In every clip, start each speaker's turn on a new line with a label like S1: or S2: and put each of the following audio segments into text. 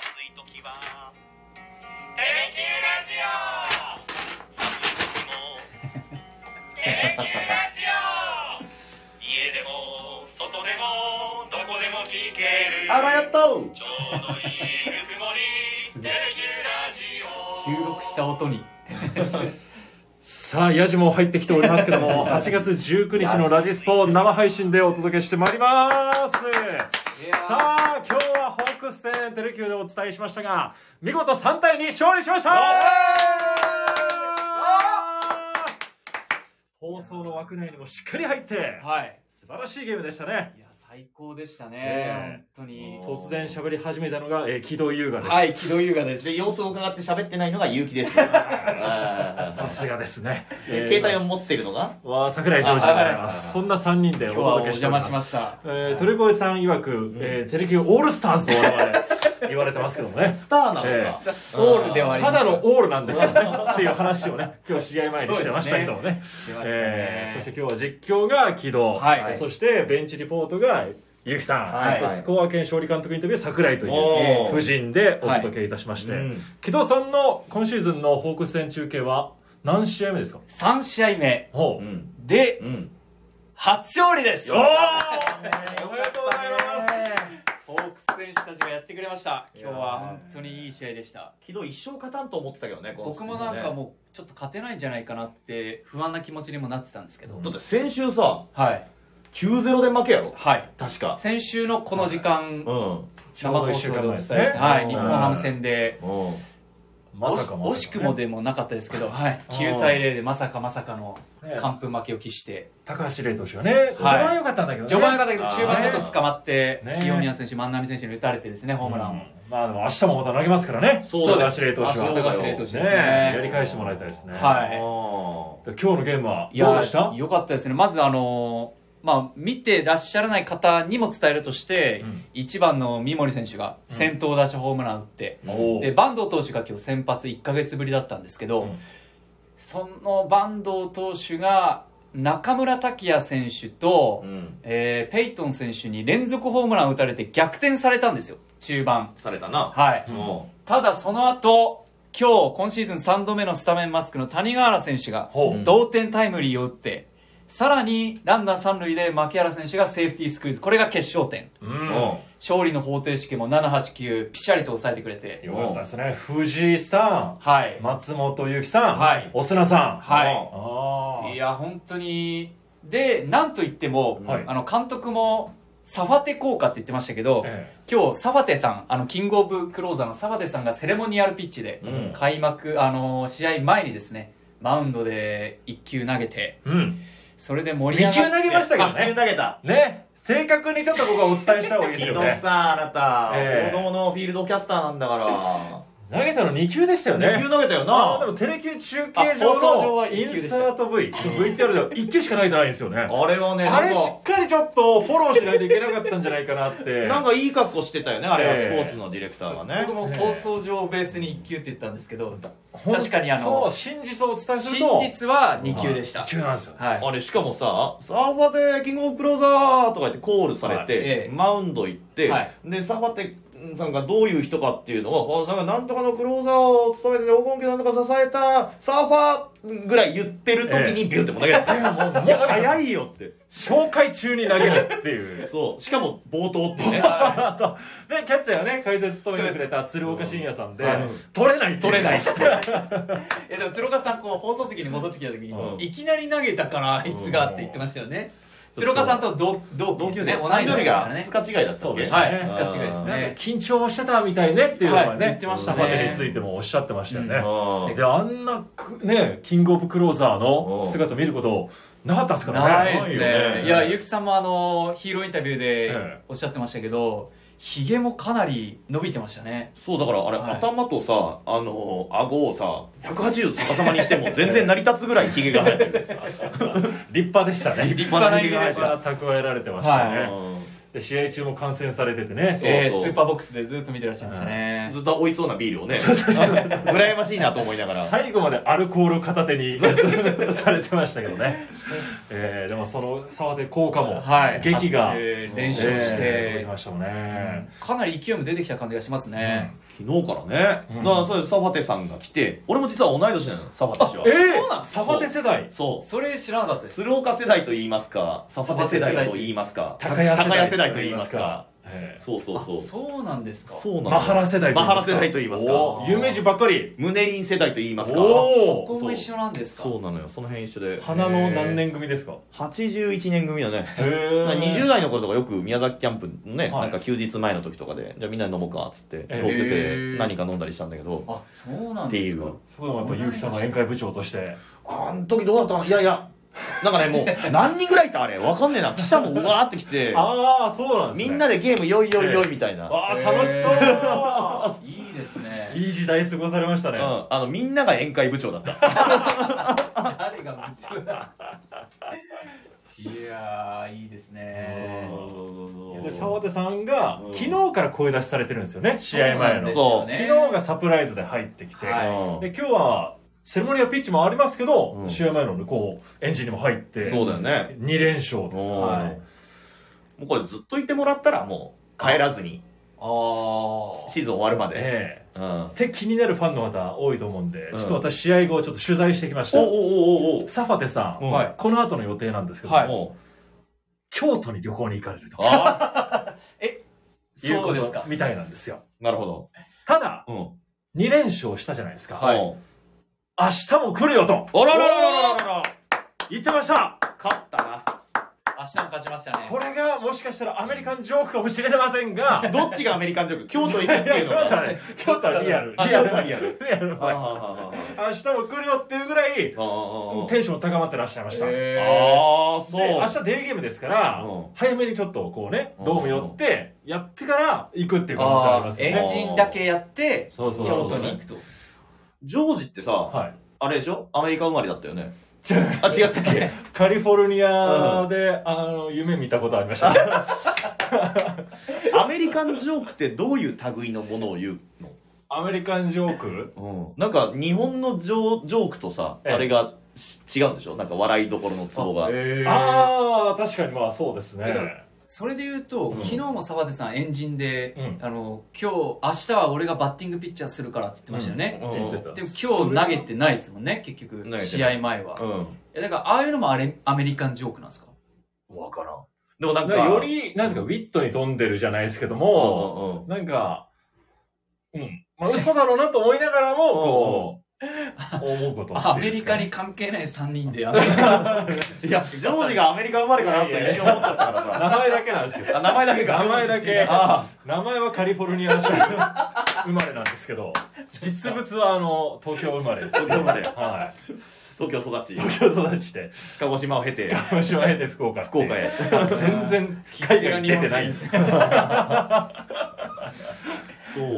S1: ばテレキューラジオ寒い時もテレキューラジオ家でも外でもどこでも聞ける
S2: あらやったー
S1: ちょうどいいぬくもりテレキューラジオ
S3: 収録した音に
S4: さあ、ヤジも入ってきておりますけ ども、8月19日のラジスポ生配信でお届けしてまいります。さあ、今日はホークス戦テレキューでお伝えしましたが、見事3対2勝利しました放送の枠内にもしっかり入って、
S3: はい
S4: 素晴らしいゲームでしたね。
S3: いや最高でしたね、
S4: え
S3: 本当に
S4: 突然喋り始めたのが、えー、木戸優雅です。
S3: はい木戸優雅です
S2: で様子を伺って喋ってないのが結城 ですよあ
S4: さすがですね。
S2: ーで携帯を持ってるのが
S4: を。は、桜井ジョージでございま
S2: あはい
S4: す。そんな3人でお
S3: 今日はお
S4: 届けして
S3: 邪
S4: おり
S3: 魔
S4: ま
S3: し
S4: す
S3: ま。した
S4: えー、鳥越さん曰く、えーテレキューオールスターズと我々言われてますけどもね。
S2: スターなのか、
S4: え
S3: オールではありま
S4: た
S3: す
S4: だのオールなんですよね。っていう話をね、今日試合前にしてましたけどもね。
S3: してましたね
S4: えーそして今日は実況が木戸、
S3: はい
S4: そしてベンチリポートが結城さん、
S2: はい
S4: あとスコア兼勝利監督インタビュー桜井とい
S2: お
S4: う
S2: ー
S4: 夫人でお届けいたしまして、
S2: うん
S4: 木戸さんの今シーズンのホークス戦中継は何試合目ですか
S3: 3試合目
S4: ほ
S2: う
S4: う、お
S2: ん
S3: で
S2: うん
S3: 初勝利です
S4: ーおめでとうございます
S3: ホークス選手たちがやってくれました今日は本当にいい試合でした
S2: 昨日一生勝たんと思ってたけどね
S3: 僕もなんか
S2: う
S3: もうちょっと勝てないんじゃないかなって不安な気持ちにもなってたんですけど、
S2: だって先週さ
S3: はい
S2: 9-0で負けやろ
S3: はい
S2: 確か
S3: 先週のこの時間
S2: うん
S3: 生放送でお伝えして、はい、日本ハム戦で
S2: うん
S4: まさかまさかね
S3: 惜しくもでもなかったですけど、はい、9対0でまさかまさかの完封負けを喫して
S4: 高橋礼投手がね、序盤良かったんだけどね
S3: 序盤よかったけど中盤ちょっと捕まって
S4: ね
S3: 清宮選手万波選手に打たれてですねホームランを、
S4: まあでも明日もまた投げますからね
S2: そうです
S4: 高橋礼投手
S3: 明
S4: は
S3: 日高橋礼投手ですね
S4: ねやり返してもらいたいですね
S3: はい
S2: い
S4: 今日のゲームはい
S3: や
S4: どうでした
S3: よかったですねまずあのーまあ見てらっしゃらない方にも伝えるとして、
S4: うん
S3: 1番の三森選手が先頭打者ホームラン打って、
S4: おー
S3: で坂東投手が今日先発1か月ぶりだったんですけど、
S4: うん
S3: その坂東投手が中村拓也選手と、
S2: うん
S3: えーペイトン選手に連続ホームラン打たれて逆転されたんですよ中盤
S2: されたな
S3: はい、
S2: も
S3: ただその後今日今シーズン3度目のスタメンマスクの谷川原選手が
S4: ほ
S2: う
S3: 同点タイムリーを打ってさらにランナー三塁で牧原選手がセーフティースクイズこれが決勝点
S4: う
S2: うんん
S4: よ
S3: 勝利の方程式も789ピシャリと抑えてくれて
S4: かったですね藤井さ
S3: はい
S4: ん、松本由紀さん、
S3: はい
S4: オスナさん
S3: はい
S4: あー
S3: いや本当にでなんといっても、
S4: はい
S3: あの監督もサファテ効果って言ってましたけど、
S4: え
S3: 今日サファテさんあのキングオブクローザーのサファテさんがセレモニアルピッチで、
S2: うん
S3: 開幕あの試合前にですねマウンドで1球投げて
S4: えうん
S3: それで盛り上がって
S4: 二球投げましたけど
S2: あ球投げた
S4: ね正確にちょっとここはお伝えした方がいいです
S2: 木
S4: よ
S2: 戸
S4: ね
S2: さんあなた
S4: え
S2: 子
S4: え
S2: 供のフィールドキャスターなんだか
S4: 投げたの2球でしたよ ね
S2: ら2球投げたよ
S4: あーで
S2: な
S4: もテレキュー中継
S3: あ放送
S4: 上
S3: 上は
S4: の
S3: 一球
S4: イ
S3: で
S4: ン
S3: した
S4: サート V、VTR では1球し か投げてないんですよね。
S2: あれはね
S4: あ
S2: なん
S4: れし
S2: か
S4: っかりちょっとフォローしないといけなかったんじゃないかなって。
S2: なんかいい格好してたよねあ
S4: え
S2: れ
S4: え
S2: はスポーツのディレクターがね
S3: 僕も放送上をベースに1球って言ったんですけど
S4: ほん
S3: 確かにあ
S4: そう
S3: の
S4: 真実をお伝えする
S3: 真
S4: と。
S3: 実は2球でした
S4: 2球なんですよ。
S3: はい
S2: あれしかもさ「サーファテキングオブクローザー」とか言ってコールされて、
S3: はいええ
S2: マウンド行って、
S3: はい
S2: でサーファテさんがどういう人かっていうのはあなんかなんとかのクローザーを務めてて黄金期なんとか支えたサーファーぐらい言ってる時
S4: え
S2: にビュンってもう投げた、
S4: もう
S2: いや早いよって
S4: 紹介中に投げるっ ていう。
S2: そうしかも冒頭っていうね
S4: あと、で、キャッチャーがね、解説務めてくれた鶴岡信也さんで
S2: うん、
S4: 取れない。
S2: 取れないいって
S3: いやでも鶴岡さんこう放送席に戻ってきた時に、
S2: うん
S3: いきなり投げたからあいつがって言ってましたよね、
S2: うん
S3: 鶴岡さんと同同
S2: 同
S3: 期で
S2: 級生
S3: すね同い
S2: 誕
S3: 年
S2: 生
S3: で
S2: 日
S3: すから
S2: が
S3: ね
S2: 2日違いだった
S4: そ
S2: っ
S4: う
S2: け
S4: です
S3: はい
S4: ね。
S3: 二日違いですね
S4: なんか緊張してたみたいねっていうのは
S3: はい
S4: ね。
S3: 言ってましたね
S4: バテについてもおっしゃってましたよね。
S2: うん
S4: であんなくねキングオブクローザーの姿見ることなかったですから
S3: な
S4: ね
S3: いですね
S2: ないよね
S3: いやゆきさんもあのヒーローインタビューで
S4: え
S3: おっしゃってましたけどひげもかなり伸びてましたね
S2: そうだからあれ、
S3: はい
S2: 頭とさあの顎をさ180度逆さまにしても全然成り立つぐらいヒゲが生えてる
S4: 立派でしたね
S2: 立派なヒゲが生え
S3: 立
S2: てる
S3: 派
S4: 蓄えられてましたね、
S3: はい
S4: いで試合中も観戦されててね
S2: そう
S3: えースーパーボックスでずっと見てらっしゃいましたね
S2: ずっと美味しそうなビールをね羨ましいなと思いながら
S4: 最後までアルコール片手 にされてましたけどね、えーでもその沢手効果も、
S3: はい
S4: 劇が、
S3: えー連勝して
S4: えー届きましたもんね、
S3: かなり勢いも出てきた感じがしますね、
S2: 昨日からね、だからそうサファテさんが来て俺も実は同い年なのサファテ氏は
S4: えー
S3: そうなん
S4: 沢手世代
S2: そう
S3: それ知らなかったです
S2: 鶴岡世代と言いますかサファテ世代と言いますか
S4: 高屋世代
S2: 世代と言いますか、
S4: え
S2: そうそうそう
S3: そうなんですか
S2: そうな
S4: ー
S2: の
S4: マハラ世代
S2: マハラ世代と言います
S4: お
S2: か
S4: ー有名人ばっかり
S2: ムネリン世代と言いますか
S4: お
S3: ここも一緒なんですか
S2: そうなのよその辺一緒で
S4: 花の何年組ですか
S2: 81年組だね
S4: へえ
S2: 20代の頃とかよく宮崎キャンプのね、
S4: はい
S2: なんか休日前の時とかでじゃあみんなで飲もうかっつって
S4: えー
S2: 同級生何か飲んだりしたんだけど、
S3: あそうなん
S2: ってい
S3: ですか
S2: う
S4: そうでもやっぱ結城さんの宴会部長として
S2: あの時どうだったのいやいやなんかねもう 何人ぐらいいたあれわかんねえな記者もうわーって来て
S4: ああそうなんです、ね、
S2: みんなでゲームよいよいよいみたいな、
S4: ああ楽しそ
S3: いいです
S4: う
S3: ね
S4: いい時代過ごされました
S2: う
S4: ね、
S2: ん、あのみんなが宴会部長だった
S3: 誰が夢 中だいやーいいですね
S4: で澤手さんが、
S2: うん
S4: 昨日から声出しされてるんですよね試合前の、
S2: そう
S3: そうなんです
S4: 昨
S3: よね
S4: 日がサプライズで入ってきて、
S3: はい
S4: で今日はセレモニアピッチもありますけど、
S2: うん
S4: 試合前のこうエンジンにも入って
S2: うんそうだよね
S4: 2連勝です、
S2: おー
S4: はい
S2: もうこれずっといてもらったらもう帰らずに
S3: あ
S2: シーズン終わるまで、
S4: ええ
S2: うん
S4: って気になるファンの方多いと思うんで、
S2: うん
S4: ちょっと私試合後ちょっと取材してきました
S2: おおおおお
S4: サファテさん、
S2: うん
S4: はいこの後の予定なんですけど、
S3: はい
S2: おう
S4: 京都に旅行に行かれると
S2: あ
S3: ーそうです
S4: いうこ
S3: か
S4: とみたいなんですよ
S2: ーなるほど
S4: ただ
S2: うん
S4: 2連勝したじゃないですか、
S2: はい
S4: 明日も来るよと
S2: あららららららら
S4: 言ってました
S2: 勝ったな
S3: 明日も勝ちましたね
S4: これがもしかしたらアメリカンジョークかもしれませんがい
S2: どっちがアメリカンジョーク 京都行くっ
S4: や
S2: ていうの
S4: 京都は
S2: が
S4: ね 京都はリアル
S2: あ
S4: リア
S2: 京都は
S4: ル
S2: リアル
S4: リアル
S2: あー
S4: 明
S2: あー
S4: 日も来るよっていうぐらい
S2: あーあー
S4: テンション高まってらっしゃいました、
S3: へー
S2: あーそ
S4: で明
S2: う
S4: 日デーゲームですから、
S2: うん
S4: 早めにちょっとこうね
S2: うん
S4: ドーム寄ってやってから行くっていう可能性あり
S3: あ
S4: ます
S3: ー
S4: よ
S3: エン
S4: ね
S3: ジンだけやって
S4: そうそうそ
S3: 京
S4: う
S3: 都に行くと
S2: ジョージってさ
S4: はい
S2: あれでしょアメリカ生まれだったよね
S4: じゃ
S2: あ違ったっけ
S4: あカリフォルニアで、あの夢見たことありましたね
S2: アメリカンジョークってどういう類のものを言う
S4: アメリカンジョーク
S2: の、なんか日本のジョジョークとさ
S4: ええ
S2: あれがし違うんでしょなんか笑いどころのツボが
S3: あー
S4: ああ確かにまあそうですね
S3: でもそれで言うと、
S2: うん
S3: 昨日も澤手さんエンジンで、
S4: うん
S3: あの今日明日は俺がバッティングピッチャーするからって言ってましたよね、
S2: うん
S4: 言ってた
S3: でも今日投げてないですもんね結
S2: 投げてな
S3: 局
S2: い
S3: 試合前は、
S2: う
S3: い
S2: ん
S3: やだからああいうのもあれアメリカンジョークなんですか
S2: 分からんでもなんか
S4: なんかより、なんですか、ウィットに富んでるじゃないですけど
S2: うんうん
S4: も、
S2: うん
S4: なんか、うん。まあ、嘘だろうなと思いながらも、こう、思うことってい
S3: ア
S4: うん
S3: メ
S4: です
S3: リ
S4: か
S3: カ
S4: ね
S3: に関係ない3人でアメリカンジョーク
S2: いや、ジョージがアメリカ生まれかなって一瞬思っちゃったからさ。
S4: 名前だけなんですよ。
S2: あ名前だけか。
S4: 名前だけ
S2: あ
S4: 名前はカリフォルニア 州生まれなんですけど、実物はあの、東京生まれ。
S2: あ、東京まで。
S4: は
S2: 東京育ち
S4: い。。東京育 ちで、
S2: 鹿児島を経て、
S4: 鹿児島へで福岡。
S2: 福岡。へ。
S4: 全然、海外に出てないんですよ。
S2: そ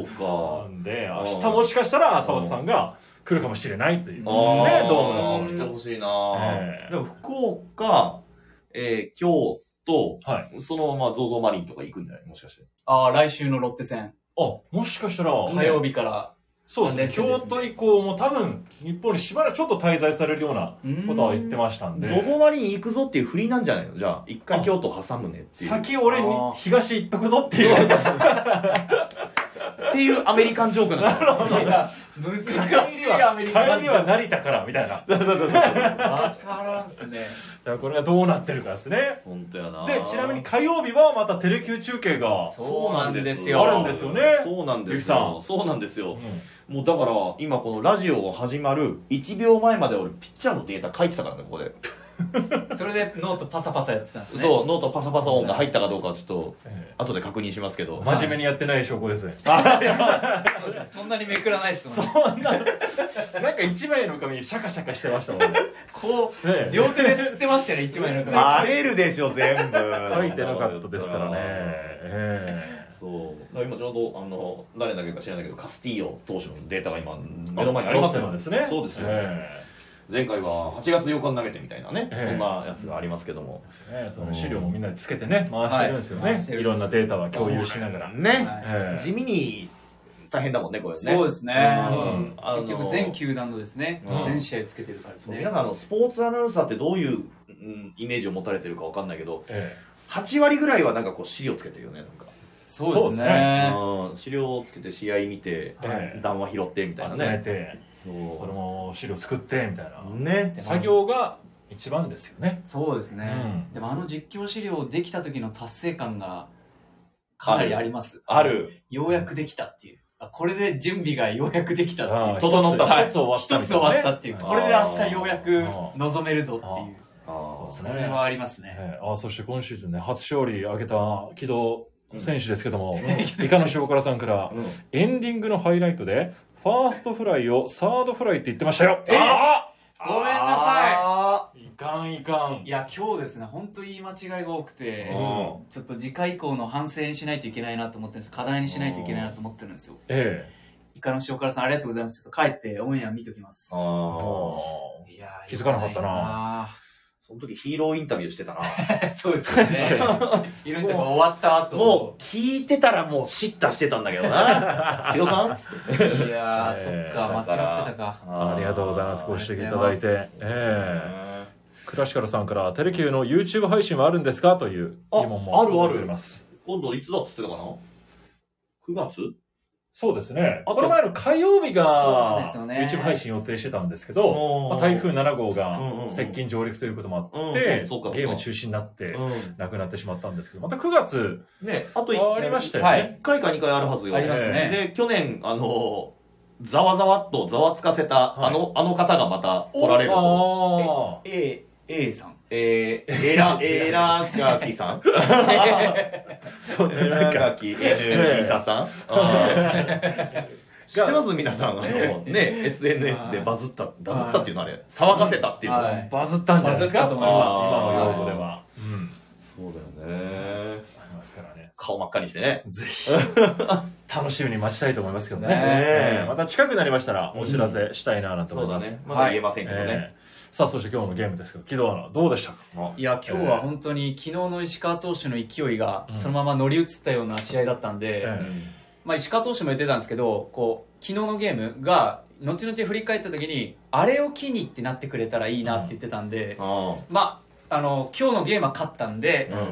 S2: う
S4: な
S2: か。
S4: んで、明日もしかしたら、澤田さんが来るかもしれないということです
S2: あ
S4: ね、
S2: あ、
S4: ドームの方に
S2: 来てほしいな、
S4: ええ
S2: でも福岡、えー、京都、
S4: はい。
S2: そのまま ZOZO マリンとか行くんじゃないもしかして。
S3: ああ来週のロッテ戦
S4: あ、もしかしたら、
S3: 火曜日から
S4: そうですね
S3: 三連
S4: 京
S3: 戦ですね
S4: 都以降も多分、日本にしばらくちょっと滞在されるようなことは言ってましたんで、
S2: ZOZO マリン行くぞっていう振りなんじゃないのじゃあ、一回
S4: あ
S2: 京都挟むねっていう。
S4: 先俺に
S3: あー
S4: 東行っとくぞって いう、
S2: っていうアメリカンジョークなの。
S3: いや難しいアメリカ
S4: 帰
S3: ン
S4: り
S3: ジョー
S4: は成田からみたい な。
S2: そ
S4: だ
S2: うそうそうそう。
S3: クわからんっすね
S4: からこれがどうなってるかですね。
S2: 本当やな
S4: で、ちなみに火曜日はまたテレキュー中継が、
S3: そうなんです
S4: ある
S3: よ
S4: んですよね
S2: そうなんで
S4: ゆき
S2: す
S4: さ
S2: よ
S4: ん。
S2: そうなんです
S4: う
S2: よ
S4: ん。
S2: もうだから、今このラジオが始まる1秒前まで俺、ピッチャーのデータ書いてたからね、ここで。
S3: それでノートパサパサやってたんですね
S2: そう、ノートパサパサ音が入ったかどうかはちょっと、
S4: え
S2: 後で確認しますけど。
S4: ー真面目にやってない証拠ですね。
S3: そうですねそんなにめくらないっすもん
S4: そ
S3: ね
S4: ん な、なんか一枚の紙シャカシャカしてましたもんね。
S3: こう
S4: ね
S3: 両手で吸ってましたね一枚の
S2: バ
S3: 紙
S2: レるでしょ、全部。
S4: 書いてなかったですからね。。え
S2: そう。だから今ちょうど、あの、誰だけか知らないけど、カスティーヨ投手のデータが今、目の前にあります
S4: ロッテのですね。
S2: そうですよ。
S4: え
S2: 前回は8月8日に投げてみたいなね、
S4: ええ
S2: そんなやつがありますけども
S4: ね、その資料もみんなでつけてね回してるんですよね、
S3: はい
S4: い
S3: 回してるんです
S4: ろんなデータは共有しながら、
S2: ね、
S4: ええ
S2: 地味に大変だもんねこれね
S3: そうですね
S2: うんあの
S3: 結局全球団のですね、
S2: うん
S3: 全試合つけてるからです
S2: そう
S3: ね
S2: 皆さんあのスポーツアナウンサーってどういう、うん、イメージを持たれてるかわかんないけど
S4: え
S2: 8割ぐらいはなんかこう資料つけてるよねなんか、
S3: そう
S4: そう
S3: で
S4: ですす
S3: ね
S2: うん資料をつけて試合見て、
S4: ええ
S2: 談話拾ってみたいな
S4: 集め
S2: ね
S4: て、それも資料作ってみたいな、
S2: ね
S4: 作業が一番ですよね
S3: そうですね、
S4: うん
S3: でもあの実況資料できた時の達成感がかなりあります
S2: ある
S3: ようやくできたっていうあこれで準備がようやくできたっていう
S4: ああ
S2: 整った
S4: 一つ終わった
S3: 一つ終わったっていう、
S4: み
S3: こ
S4: いなね
S3: れで明日ようやく望めるぞっていう
S2: あ
S4: そうです
S2: ー
S3: それはありますね
S4: ええあそして今シーズンね初勝利挙げた木戸選手ですけども、いかの塩辛さんから
S2: うん
S4: エンディングのハイライトでファーストフライをサードフライって言ってましたよあ
S3: ごめんな
S2: あ
S3: さ
S4: いかんいかん
S3: いいや今日ですね本当言い間違いが多くて
S2: う
S3: ちょっと次回以降の反省にしないといけないなと思ってるんです課題にしないといけないなと思ってるんですよ
S4: ええ
S3: イカの塩辛さんありがとうございますちょっと帰ってオンエア見ときます
S2: ーあー
S3: いやー
S4: 気づかなかったな
S3: よな
S2: その時ヒーローインタビューしてたな
S3: ーそうですよね
S4: 確
S3: いろいろ終わった後
S2: もう聞いてたらもう叱咤してたんだけどなヒロさん
S3: ういや ー
S4: えー
S3: そっか間違ってたか
S4: ありがとうございます。ご指摘いただいて。
S3: ありがとうございます
S4: ええクラシカルさんから、テレキューの YouTube 配信はあるんですかという疑問も
S2: ああるある
S4: いただいております。
S2: 今度いつだっつってたかな9月
S4: そうですね。
S2: あと
S4: この前の火曜日
S3: そうなん
S4: が、
S3: ですよね
S4: YouTube 配信予定してたんですけど、
S2: おー
S4: まあ台風7号
S2: うんうんう
S4: が
S2: ん
S4: 接近上陸ということもあっ
S2: う
S4: て
S2: んそうそうかそう、か
S4: ゲーム中止になって、
S2: う
S4: なくなってしまったんですけど、また9月、
S2: んねあと
S4: ありましたよ
S3: は
S4: ね。
S3: い
S2: 1回か2回あるはずよ
S3: ありますね
S2: で去年あのざわざわっとざわつかせた、
S4: はい
S2: あのあの方がまた来られると
S4: あ
S3: A, A さん
S2: えー、エラエラガキさん
S4: あ。そう
S2: エ
S4: ね、な
S2: ラ
S4: んか
S2: ガ、キ N イサさんあー知ってます皆さんあのね SNS でバズったバズったっていうのあれ騒がせたっていうの、
S3: はい
S4: バズったんじゃないですか
S3: バズったと思います
S4: 今の用語では。うん。
S2: そうだよね
S4: ありますからね。
S2: 顔真っ赤にしてね
S4: ぜひ楽しみに待ちたいと思いますけどね。
S3: ね
S4: ええまた近くなりましたらお知らせしたいななんて思
S2: そ
S4: いう
S2: だ
S4: ます。
S2: ねまだ言えませんけどね、
S4: ええさあそして今日のゲームですけど、木戸アナどうでしたか。
S3: いや今日は本当に昨日の石川投手の勢いがそのまま乗り移ったような試合だったんで、
S4: え
S3: まあ、石川投手も言ってたんですけどこう昨日のゲームが後々振り返った時にあれを機にってなってくれたらいいなって言ってたんで、
S2: あ
S3: まああの今日のゲームは勝ったんで、
S2: うん
S3: 明日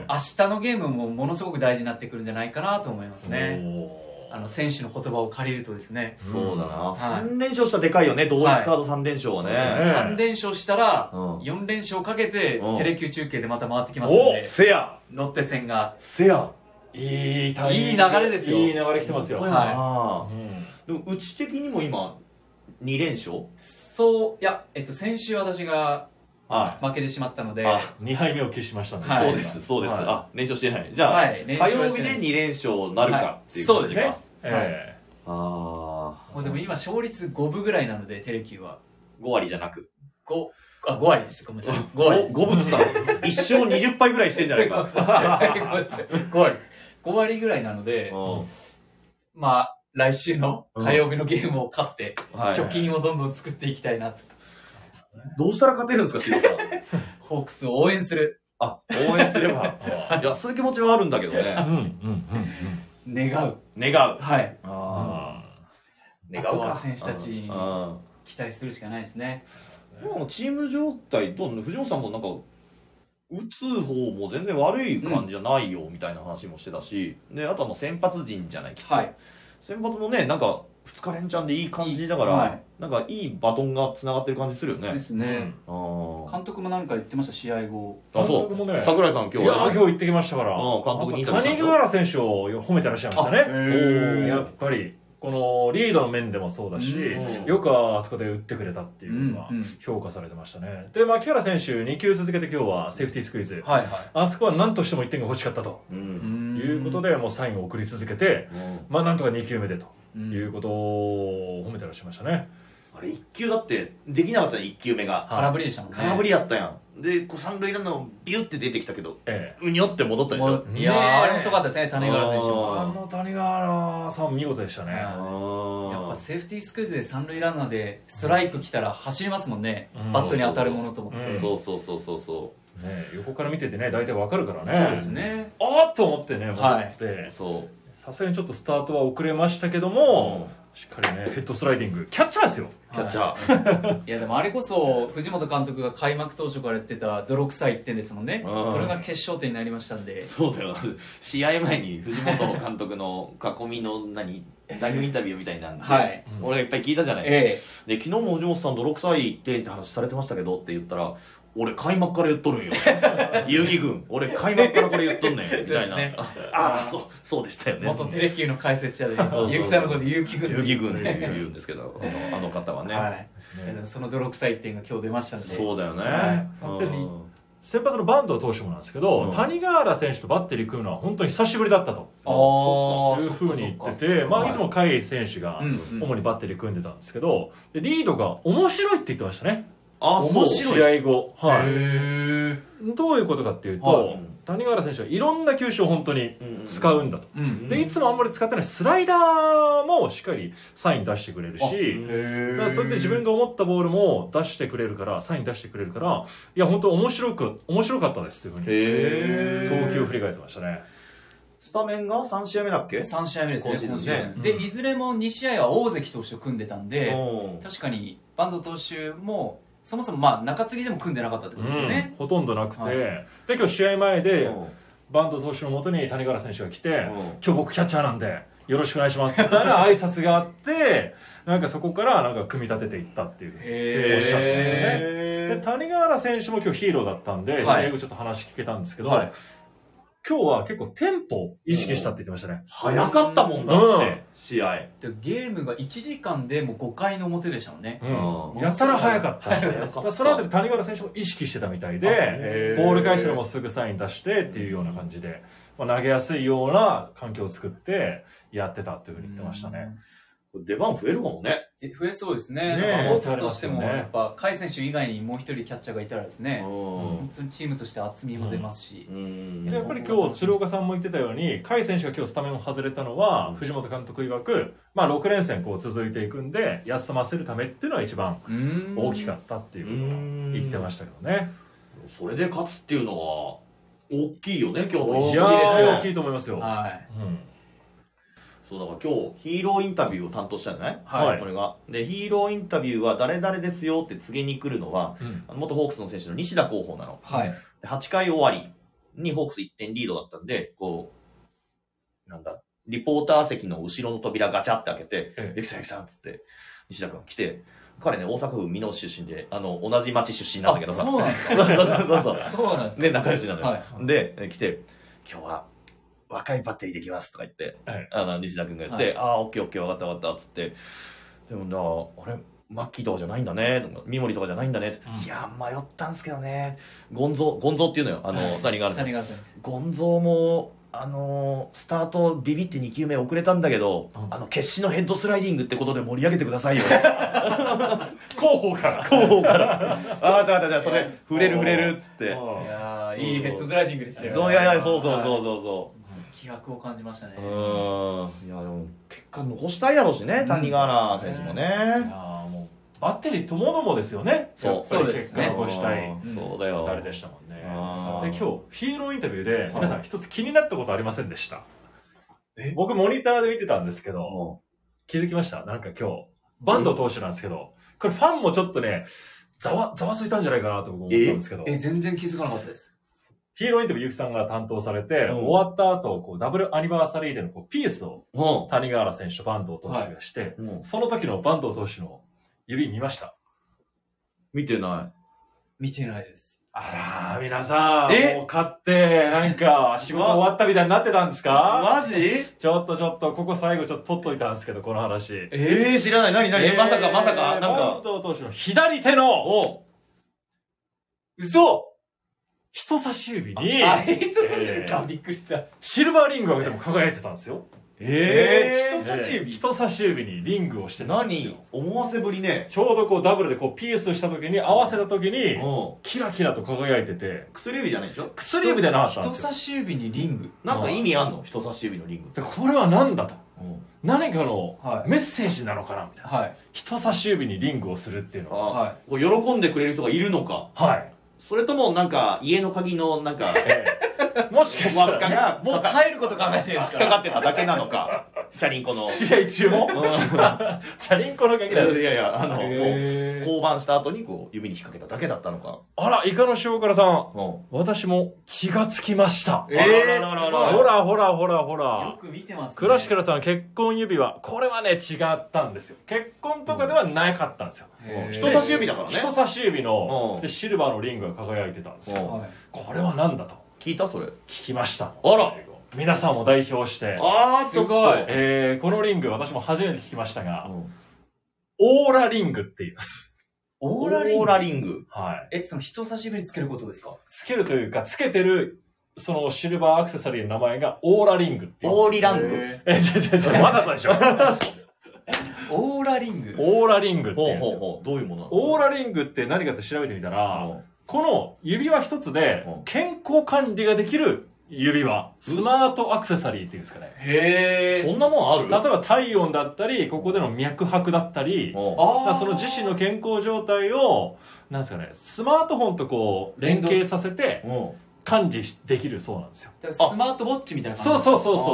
S3: のゲームもものすごく大事になってくるんじゃないかなと思います
S4: え
S3: ね。
S4: おー
S3: あの選手の言葉を借りるとですね、
S2: そうだな、
S3: はい
S2: 3連勝したらでかいよね同一カード3連勝はね、
S4: はいええ
S3: 3連勝したら
S2: うん
S3: 4連勝かけて
S2: うん
S3: テレキュー中継でまた回ってきますん
S4: お
S3: で
S2: せや
S3: ロッテ戦が
S2: せや
S4: いいタイミング
S3: いい流れですよ
S4: いい流れ来てますよ。
S3: 本当に
S2: は
S4: うん
S2: い、でもうち的にも今2連勝
S3: そういや、えっと、先週私が
S2: は
S3: 負けてしまったので
S2: あ
S4: 二杯目を喫しましたんで。
S3: はい
S2: そうですそうです、
S4: はい
S2: あ連勝してないじゃあ、
S3: はい連
S2: 火
S3: 勝は
S2: 曜
S3: して
S2: 日
S3: ない
S2: で2連勝なるかっていう
S3: はい
S2: 感じか、
S3: そうです
S4: え
S2: ああ
S3: もうでも今勝率5分ぐらいなのでテレキューは
S2: 5割じゃなく
S3: 5あ5割ですごめんなさい5
S2: 5
S3: 割
S2: 分
S3: です
S2: っつったの1勝20敗ぐら いしてんじゃないか
S3: 5割です5割です5割ぐらいなので
S2: う
S3: まあ来週の火曜日のゲームを勝って
S2: んはい
S3: 貯金をどんどん作っていきたいなと
S2: どうしたら勝てるんですか、ヒロさん。
S3: ホークスを応援する
S2: あ、応援すれば。いや、そういう気持ちはあるんだけど
S4: えうん
S2: ね。
S4: うんうん
S3: 願う
S2: 願う。
S3: はい
S2: あー
S3: う
S2: 願
S3: ん
S2: う
S3: あと
S2: か
S3: は選手たちに
S2: うんうん
S3: 期待するしかないですね
S2: 今のチーム状態どうなの藤本さんもなんか打つ方も全然悪い感じじゃないよみたいな話もしてたし、であとはもう先発陣じゃないきっと
S3: はい
S2: 先発もねなんか2日連チャンでいい感じだから
S3: いいはい
S2: なんかいいバトンがつながってる感じするよね、
S3: です
S4: うんう
S3: ね
S4: ん。
S2: あー
S3: 監督もなんか言ってました試合後
S2: あそ
S4: 監督も
S2: う、
S4: ね
S2: 桜井さん
S4: い
S2: 今日
S4: や
S2: は
S4: 今日行ってきましたから。
S2: うん監督にインタビューしたんで
S4: 谷
S2: しょ
S4: 川原選手を褒めてらっしゃいましたね。
S2: ー
S4: やっぱりこのリードの面でもそうだし、
S2: うん
S4: よくあそこで打ってくれたっていうのは
S3: うんうん
S4: 評価されてましたね。で、牧原選手2球続けて今日はセーフティースクイズ。
S3: はいは
S4: あそこは何としても1点が欲しかったと
S2: う
S3: い
S2: ん
S4: いうことで、もうサインを送り続けて、
S2: うん
S4: まあなんとか2球目でと
S3: うん
S4: いうことを褒めてらっしゃいましたね。
S2: あれ1球だってできなかったじゃん1球目が
S3: 空振りでしたもんね
S2: 空振りやったやんでこう三塁ランナーをビュって出てきたけど
S4: ええ。
S2: うにょって戻ったでしょ
S3: いやーあれもすごかったですね種
S2: 谷
S3: 川
S2: 川選
S3: 選手
S2: 手
S3: も
S2: も
S4: あの谷川川さん見事でしたね、
S3: はやっぱ
S2: あ
S3: セーフティースクイズで三塁ランナーでストライク来たら走りますもんね、
S4: うん
S3: バットに当たるものと思って、
S4: う
S2: あ
S4: ん
S2: そうそうそうそうそ
S4: ね、横から見ててね大体わかるからね
S3: そうですね
S4: あーっと思ってね戻
S3: はい
S4: って
S2: うそ
S4: さすがにちょっとスタートは遅れましたけど
S2: う
S4: も、しっかりねヘッドスライディングキャッチャーですよ
S2: キャッチャー
S3: いやでもあれこそ藤本監督が開幕当初から言ってた泥臭い一点ですもんね
S2: うん
S3: それが決勝点になりましたんで
S2: そうだよ試合前に藤本監督の囲みの何代表インタビューみたいなんで、
S3: はい
S2: 俺がいっぱい聞いたじゃない、
S3: え
S2: で昨日も藤本さん泥臭いってって話されてましたけどって言ったら俺開幕から言っとるんよ遊戯軍俺開幕からこれ言っとんねんみたいな、
S3: そうですね
S2: ああーそうそうでしたよ
S3: え
S2: ね
S3: 元テレキューの解説者で
S2: うそう
S3: 結城さんのことで結城
S2: 遊
S3: 軍
S2: 戯軍って言うんですけどあのあの方はね、
S3: はいいやでもその泥臭い一点が今日出ましたんで
S2: そうだよね、
S4: はい
S2: うん
S4: 先発のバンド投手もなんですけど、
S2: うん
S4: 谷川原選手とバッテリー組むのは本当に久しぶりだったと
S3: ああ
S4: いうふうに言ってて
S2: か
S4: まあ、いつも甲斐選手が
S3: うんうん
S4: 主にバッテリー組んでたんですけど、でリードが面白いって言ってましたね
S2: あそう
S4: 面白い試合後、は
S3: へ
S4: い、
S3: え
S4: どういうことかっていうと、
S3: はい
S4: 谷川原選手はいろんな球種を本当に使うんだと、
S3: うん
S4: でいつもあんまり使ってないスライダーもしっかりサイン出してくれるし、
S3: あ
S4: だからそれで自分が思ったボールも出してくれるからサイン出してくれるからいや本当面白く面白かったですっていう
S2: へ
S4: ふう
S2: え
S4: に投球を振り返ってましたね
S2: スタメンが3試合目だっけ
S3: 3試合目ですね
S2: 今シーズンね
S3: 今シーズン
S4: うん
S3: でいずれも2試合は大関投手と組んでたんで
S2: うん
S3: 確かにバンド投手もそもそもまあ中継ぎでも組んでなかったってことですよね、
S4: うんほとんどなくて、
S3: はい
S4: で今日試合前
S2: う
S4: で
S2: ん
S4: バント投手のもとに谷川選手が来て、
S2: ん
S4: 今日僕キャッチャーなんでよろしくお願いしますみたいな挨拶があってなんかそこからなんか組み立てていったっていうふうにおっしゃってましたねで
S2: へ
S4: 谷川原選手も今日ヒーローだったんで、
S3: はい
S4: 試合後ちょっと話聞けたんですけど、
S3: はい
S4: 今日は結構テンポを意識したって言ってましたね。
S2: 早かったもんだって、
S4: うん
S2: 試合
S3: でゲームが1時間でもう5回の表でしたもんね、
S4: うん
S3: うん
S4: やたら早かった
S2: かった
S4: まあそのあたり谷川選手も意識してたみたい
S2: へ
S4: で
S2: ー
S4: ボール返したらもうすぐサイン出してっていうような感じで、まあ、投げやすいような環境を作ってやってたっていうふうに言ってましたね、
S2: 出番増えるかもね
S3: で増えそうですね
S4: ねえ
S3: なんかホークスとしても
S4: そうですよね
S3: やっぱ甲斐選手以外にもう一人キャッチャーがいたらですね
S2: う
S3: 本当にチームとして厚みも出ますし、
S2: ん
S4: でやっぱり今日鶴岡さんも言ってたように甲斐選手が今日スタメンを外れたのは藤本監督曰く、まあ、6連戦こう続いていくんで休ませるためっていうのが一番
S3: うん
S4: 大きかったっていうことは言ってましたけどね
S2: それで勝つっていうのは大きいよね今日の
S3: うん
S2: 一
S4: い
S2: 試
S4: や
S2: 合
S4: ー大
S2: ね
S4: きいと思いますよ、
S3: はい
S4: うん
S2: そうだから今日ヒーローインタビューを担当したじゃない
S4: はい
S2: 俺がでヒーローインタビューは誰々ですよって告げに来るのは
S4: うん
S2: あの元ホークスの選手の西田候補なの
S3: はい
S2: で8回終わりにホークス1点リードだったんで、こう、なんだ、リポーター席の後ろの扉ガチャって開けて、
S4: ええ
S2: エキさんエキさんっつって、西田君来て、彼ね、大阪府箕面市出身で、あの、同じ町出身なんだけど
S3: あ
S2: さ。
S3: そうなんですか
S2: そうそうそうそう。
S3: そうなんです
S2: で、仲良しな のよ。
S3: は
S2: で、え来て、今日は若いバッテリーできますとか言って、
S4: はい
S2: あの西田君が言って、
S3: は
S2: ああ、オッケーオッケー、わかったわかったっつって、でもな、あれ、マッキーとかじゃないんだね、とか三森とかじゃないんだね、
S4: うん
S2: いや、迷ったんすけどね、ゴンゾ、ゴンゾっていうのよ、あの、谷川さん。
S3: 谷川選手
S2: ゴンゾも、あのースタートビビって2球目遅れたんだけど、
S4: うん
S2: あの決死のヘッドスライディングってことで盛り上げてくださいよ
S4: 候補から
S2: 候補からああだからだからそれ 触れる触れるっつって
S4: うん
S3: いやーいいヘッドスライディングでしたよ
S2: そういやいやそうそうそう
S3: う
S2: そうそう
S3: 気迫を感じましたね
S2: うーんいやでも結果残したいだろうしね、谷川選手も
S4: いや
S2: ね。
S4: ーもうバッテリーともどもですよね
S2: そう
S4: やっぱり
S3: そうですね
S4: 結果をしたい
S2: うんそうだよ。
S4: 2人でしたもんねで
S2: あー
S4: 今日ヒーローインタビューで
S2: い
S4: 皆さん一つ気になったことありませんでした
S3: え
S4: 僕モニターで見てたんですけど
S2: も
S4: 気づきましたなんか今日バンド投手なんですけどこれファンもちょっとねざわざわついたんじゃないかなと僕思ったんですけど
S3: え全然気づかなかったです
S4: ヒーローインタビューゆきさんが担当されて、
S2: うん
S4: 終わった後こうダブルアニバーサリーでのこうピースを
S2: う、も
S4: 谷川原選手とバンド投手がして、
S2: う、も
S4: その時の坂東投手の指見ました。
S2: う、見てな
S3: 見てないです
S4: あらー、皆さん、
S2: え
S4: もう勝って、なんか、仕事終わったみたいになってたんですか
S2: い。マジ
S4: ちょっとちょっと、ここ最後ちょっと取っといたんですけど、この話。
S2: えー、知らない。何何えまさかまさ
S4: え
S2: か、
S4: ー
S2: なんか、
S4: 坂東投手の左手の
S2: お
S3: 嘘
S4: 人差し指に、
S3: あ、ヘッドスライディン
S4: え
S3: グ
S4: ー
S3: かびっくりした
S4: シルバーリングを上げても輝いてたんですよ。
S2: え
S3: 人差し指
S4: えー人差し指にリングをして
S2: ー、
S4: たんですよ
S2: 何思わせぶりね。
S4: ちょうどこうダブルでこうピースした時に、合わせた時に、
S2: う
S4: キラキラと輝いてて
S2: ん。、薬指じゃないでしょ
S4: 薬指でなかったん
S3: 人
S4: ですよ
S3: 差。し指にリング
S2: なんか意味あんの人差し指のリングって。
S4: でこれは何だと。
S2: うん
S4: 何かの
S3: はい
S4: メッセージなのかなみたいな、
S3: はい
S4: 人差し指にリングをするっていうのは
S2: あーこう喜んでくれる人がいるのか
S4: はい、
S2: それともなんか家の鍵のなん か
S4: ええもしかした
S2: 輪っ
S4: ら、
S2: か
S4: ね、
S2: が
S3: もう
S2: か
S3: 帰ること考えてるんです
S2: か
S3: から
S2: かってただけなのかチャリンコのうん
S4: 試合中もチャリンコの鍵だ
S2: いやいやあのこう
S4: へー
S2: 降板した後にこう指に引っ掛けただけだったのか
S4: あらイカの塩辛さん
S2: うん
S4: 私も気がつきました
S3: え
S2: あらららら
S3: ー、すごい
S4: ほらほらほらほ
S3: よ
S4: ら
S3: く見てますね
S4: クラシカルさん結婚指輪これはね違ったんですよ結婚とかではなかったんですよ、
S3: へー
S2: 人差し指だからね
S4: 人差し指の
S2: うん
S4: でシルバーのリングが輝いてたんですよ
S2: うん
S3: はい
S4: これは何だと
S2: 聞いたそれ
S4: 聞きました
S2: あら
S4: 皆さんを代表して、
S2: ああ
S3: すごい
S4: えーこのリング私も初めて聞きましたが、
S2: うん
S4: オーラリングって言います
S3: オ
S2: オ
S3: ーラリン
S2: ー
S3: グ
S2: ラリング
S4: はい
S3: えその人差し指につけることですか
S4: つけるというかつけてるそのシルバーアクセサリーの名前がオーラリングって言います
S2: オーリラング
S3: へー
S4: え違う違う違うわざとでしょ
S3: オーラリング
S4: オーラリングって
S2: ほう
S4: 言うんで
S2: ほう
S4: すよ
S2: ほうどういうものなの
S4: オーラリングって何かって調べてみたら、
S2: うん
S4: この指輪一つで
S2: うん
S4: 健康管理ができる指輪、スマートアクセサリーっていうんですかね。
S3: へ
S2: そ
S3: え
S2: んなもんある
S4: 例えば体温だったり、ここでの脈拍だったり、だ
S2: うん
S4: か
S3: あ
S4: らその自身の健康状態を、なんですかね、スマートフォンとこう連携させて
S2: うん
S4: 管理しできるそうなんですよ。
S3: だからスマートウォッチみたいな
S4: そう
S3: う
S4: そうそうそう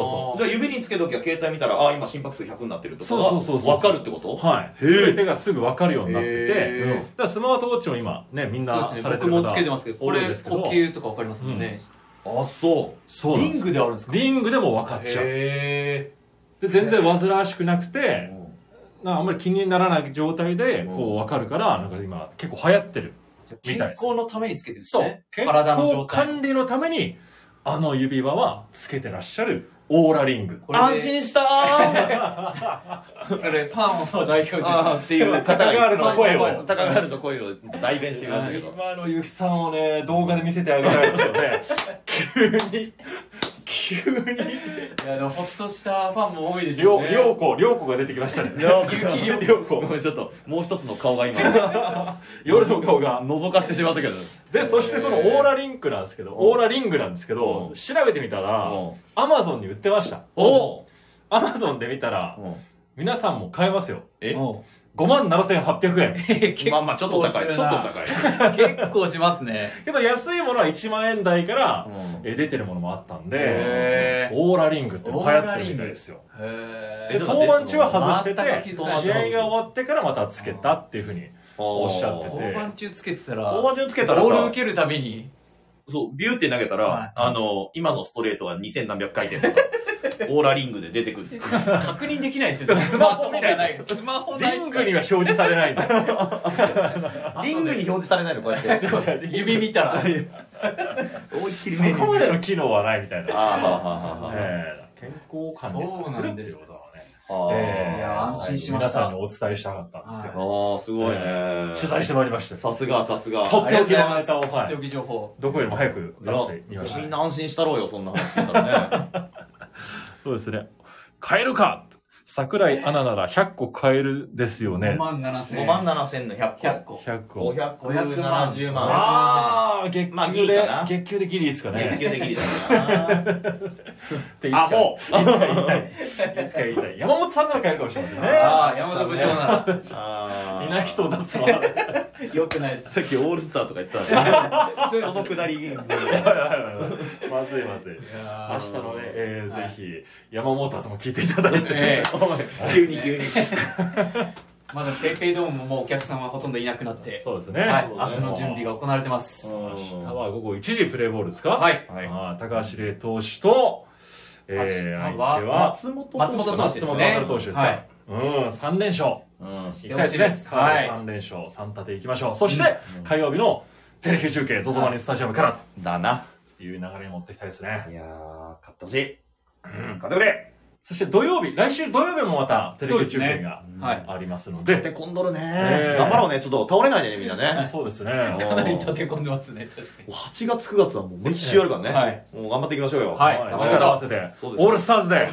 S2: じ
S4: そ
S2: ゃあ指につけるときは携帯見たら、ああ、今心拍数100になってるとか
S4: そうそうそうそう
S2: 分かるってこと
S4: う。はい。
S2: へえ
S4: すべてがすぐわかるようになってて、
S3: へえ
S4: うんだからスマートウォッチも今ね、みんな
S3: そうです
S4: さ
S3: ね
S4: れて
S3: 僕
S4: る方
S3: もつけてますけどこ
S4: 多い
S3: れ
S4: ですけど
S3: 呼吸とかわかりますもんね、
S2: あ、そ
S4: そうなん
S3: リ
S4: です
S3: ングであるんですか
S4: リングでも分かっちゃう。
S3: へ
S4: で全然煩わしくなく
S2: う。
S4: て、なあんまり気にならない状態で
S2: うん
S4: こう分かるから、なんか今結構流行ってる。
S3: ー
S4: み
S3: 健
S4: たいです
S3: 康のためにつけてるんです
S4: そう
S3: ね。
S4: 健
S3: 体の
S4: 康
S3: 状態
S4: 管理のために、あの指輪はつけてらっしゃるオーラリング。
S3: これで
S2: 安心 したー
S3: それファンを代表して
S2: あーっていう方が
S4: タガールの声
S3: はい
S4: を。
S2: 高がると声を代弁してみましたけど。
S4: 今のゆきさんをね、動画で見せてあげたいですよね。 急に、急に。
S3: いやでもほっとしたファンも多いでし
S4: りょ
S3: ょう
S4: う、
S3: ね
S4: りょうこ、りょうこが出てきましたね。 り
S2: ょうこ
S4: ょ
S2: ご
S4: うこ。
S2: めんちょっと、もう一つの顔が 今、
S4: 夜の顔が。
S2: 覗かしてしまったけど。
S4: で、そしてこのオーラリンクなんですけど、
S2: ん
S4: オーラリングなんですけど
S2: う、ん
S4: 調べてみたら
S2: うん、
S4: アマゾンに売ってました。
S2: お
S4: アマゾンで見たら、皆さんも買えますよ。
S2: え
S3: も
S4: 5万7800円。
S3: う
S2: まあまあ、ちょっと高い。ちょっと高い。
S3: 結構しますね
S4: けど安いものは1万円台から
S2: うん
S4: え出てるものもあったんで
S3: へ、ー
S4: オーラリングって流行ってるみたいですよ。
S3: へ
S4: で
S2: え
S3: え
S2: ちょっと
S4: 登板中は外して
S3: 全く
S4: て、
S3: 気
S4: 試
S3: づ
S4: 合
S3: かなか
S4: が
S3: った
S4: 終わってからまたつけたっていうふうに。おっしゃってて
S2: て。
S3: 登板中つけてたら
S2: 大場順つけたら
S3: ボール
S2: さ
S3: 受、けるたびに
S2: そう、ビューって投げた
S3: はい
S2: ら、あの、今のストレートが2000何百回転 とか、オーラリングで出てくる。
S3: 確認できないですよねス
S4: マ
S3: マ
S4: ホ
S3: ホ
S4: 見
S3: 見
S4: れ
S3: れ
S4: な
S3: ないいスマホない
S4: リングには表示されないんだよ。
S2: リングに表示されないのこうや って。
S3: 指見たら
S2: 思いっきり
S4: そこまでの機能はないみたいな。
S2: ああ、はあはあはあ。
S4: えー健康管理されてるっていうことはね。
S2: え
S4: えー
S3: いや安心しました
S4: 皆さんにお伝えしたかったんですよ。
S3: は
S2: ああ、すごいね。
S4: 取材してまいりました。
S2: さすが、さすが。
S4: とっ
S3: あ
S4: て
S3: りが
S4: お
S3: とうございま
S4: きのネ
S3: す
S4: タを、
S3: と
S4: は
S3: ってお
S4: い、
S3: き情報
S4: どこよりも早く出してみました
S2: みん。な安心したろうよ、そんな話聞いたらね。
S4: そうですね。買えるか桜井アナなら100個買えるですよ
S3: 5
S4: ね。
S3: 万7千
S2: 5万7千の100
S3: 100
S2: 個。
S3: 個
S4: 100個。
S2: 570万。
S4: ああ、月
S2: まあギ
S4: 給
S2: リ
S4: で
S2: かな、
S4: 月給でギリですか
S2: 研
S4: ね。
S2: 究的だな。
S4: っていつ
S2: ア
S4: か
S2: ホ
S4: いつか言いたい。いつか言いたい。山本さんなら買えるかもしれませんね。
S3: ああ山本部長なら
S2: あー
S4: い ない人を出すのは。
S3: よくないです
S2: さっきオールスターとか言ってたら、そ のくだり。
S4: やばいやばいやばいまずいまずい。
S3: いや
S4: 明
S3: ー
S4: 日のね、えー
S3: はい
S4: ぜひ、山本さんも聞いていただいて。
S3: ええ
S2: お前急に急に。
S3: まだペイペイドームももうお客さんはほとんどいなくなって、
S4: そうですね。
S3: はい、明日の準備が行われてます。
S2: うん
S4: 明日は午後1時プレーボールですか
S3: はい、
S2: はい
S4: あー高橋礼投手と、え
S3: 明
S4: ー、
S3: 日は
S4: 相手は
S2: 松本
S3: 松本投手ですね。
S4: 松本投手ですか、
S3: はい
S4: うん、3連勝。
S2: うん。
S4: いきたいですね。は。
S3: はいい
S4: 3連勝、3立ていきましょう。そして、火曜日のテレビ中継、ZOZO マリンスタジアムから
S2: だな。
S4: という流れに持っていきたいですね。
S2: いやー、勝ってほしい。うん、勝ってくれ
S4: そして土曜日、来週土曜日もまたテレビ中継が
S3: はい、
S4: ありますの
S2: 勝って
S4: で、
S2: こんどるね
S4: ええ
S2: 頑張ろうね。ちょっと倒れないでね、みんな ね。
S4: そうですね。
S3: かなり立て込んでますね、確かに。
S2: 8月9月はもう毎週やるからね、
S3: はい
S2: もう頑張っていきましょうよ
S3: はい
S4: は
S2: 頑張り
S4: い
S2: まし
S4: 力を合
S2: ょ
S4: わせて、
S2: そうですね
S4: オールスターズで、
S2: う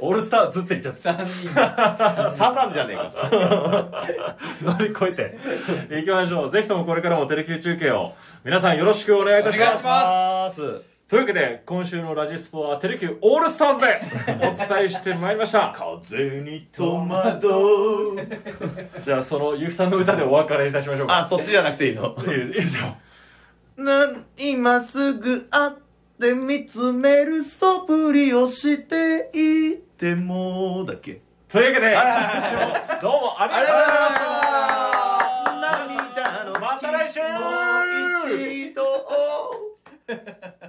S2: お
S4: オールスターズって言っちゃって、
S3: 3人が
S2: サザンじゃねえか
S4: 乗り越えていきましょう。ぜひともこれからもテレビ中継を皆さんよろしくお願いいたし
S3: お願
S4: ま
S3: いし
S4: す
S3: ま。
S2: す
S4: というわけで今週のラジスポはテレキューオールスターズ でお伝えしてまいりました
S2: 風に戸惑う
S4: じゃあそのゆきさんの歌でお別れいたしましょうか
S2: あそっちじゃなくていいの
S4: いいですよ
S2: なん今すぐ会って見つめるそぶりをしていてもだっけ
S4: というわけで
S2: はい
S4: 今週もどうもありがとうございました
S2: 涙の
S4: また来週
S2: もう一度